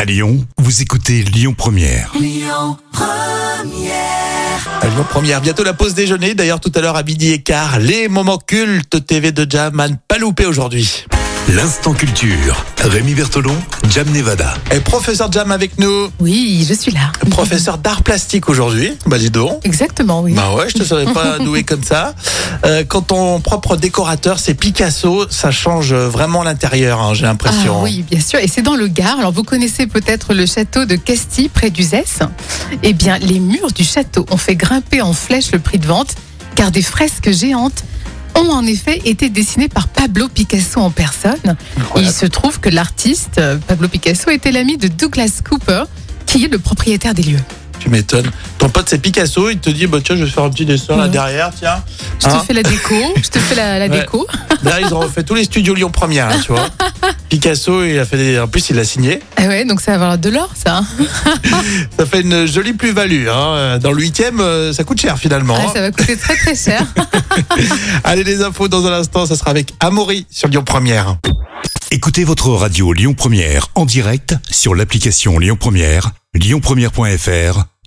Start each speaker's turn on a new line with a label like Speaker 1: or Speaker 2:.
Speaker 1: À Lyon, vous écoutez Lyon Première.
Speaker 2: À Lyon Première, bientôt la pause déjeuner. D'ailleurs, tout à l'heure à midi et quart, les moments cultes TV de Jam à ne pas louper aujourd'hui.
Speaker 1: L'instant culture. Rémi Bertolon, Jam Nevada.
Speaker 2: Et professeur Jam avec nous,
Speaker 3: Oui, je suis là.
Speaker 2: professeur d'art plastique aujourd'hui. Bah dis donc.
Speaker 3: Exactement, oui.
Speaker 2: Bah ouais, je te savais pas doué comme ça. Euh, quand ton propre décorateur, c'est Picasso, ça change vraiment l'intérieur, hein, j'ai
Speaker 3: Ah
Speaker 2: l'impression.
Speaker 3: oui, bien sûr. Et c'est dans le Gard. Alors, vous connaissez peut-être le château de Castille, près d'Uzès. Eh bien, les murs du château ont fait grimper en flèche le prix de vente, car des fresques géantes ont en effet été dessinées par Pablo Picasso en personne. Et il se trouve que l'artiste, euh, Pablo Picasso, était l'ami de Douglas Cooper, qui est le propriétaire des lieux.
Speaker 2: Tu m'étonnes. Ton pote, c'est Picasso, il te dit, bah tiens, je vais faire un petit dessin là
Speaker 3: Ouais.
Speaker 2: derrière, tiens.
Speaker 3: Je te
Speaker 2: Hein
Speaker 3: fais la déco, je te fais la, la
Speaker 2: Ouais.
Speaker 3: déco.
Speaker 2: Là, ils ont refait tous les studios Lyon Première, là, tu vois. Picasso, il a fait des... En plus, il l'a signé.
Speaker 3: Ah ouais, donc ça va avoir de l'or, ça. hein.
Speaker 2: Ça fait une jolie plus-value. hein. Euh, Dans le huitième, euh, ça coûte cher finalement. hein.
Speaker 3: Ah, ça va coûter très très cher.
Speaker 2: Allez, les infos dans un instant, ça sera avec Amaury sur Lyon Première.
Speaker 1: Écoutez votre radio Lyon Première en direct sur l'application Lyon Première, lyonpremière.fr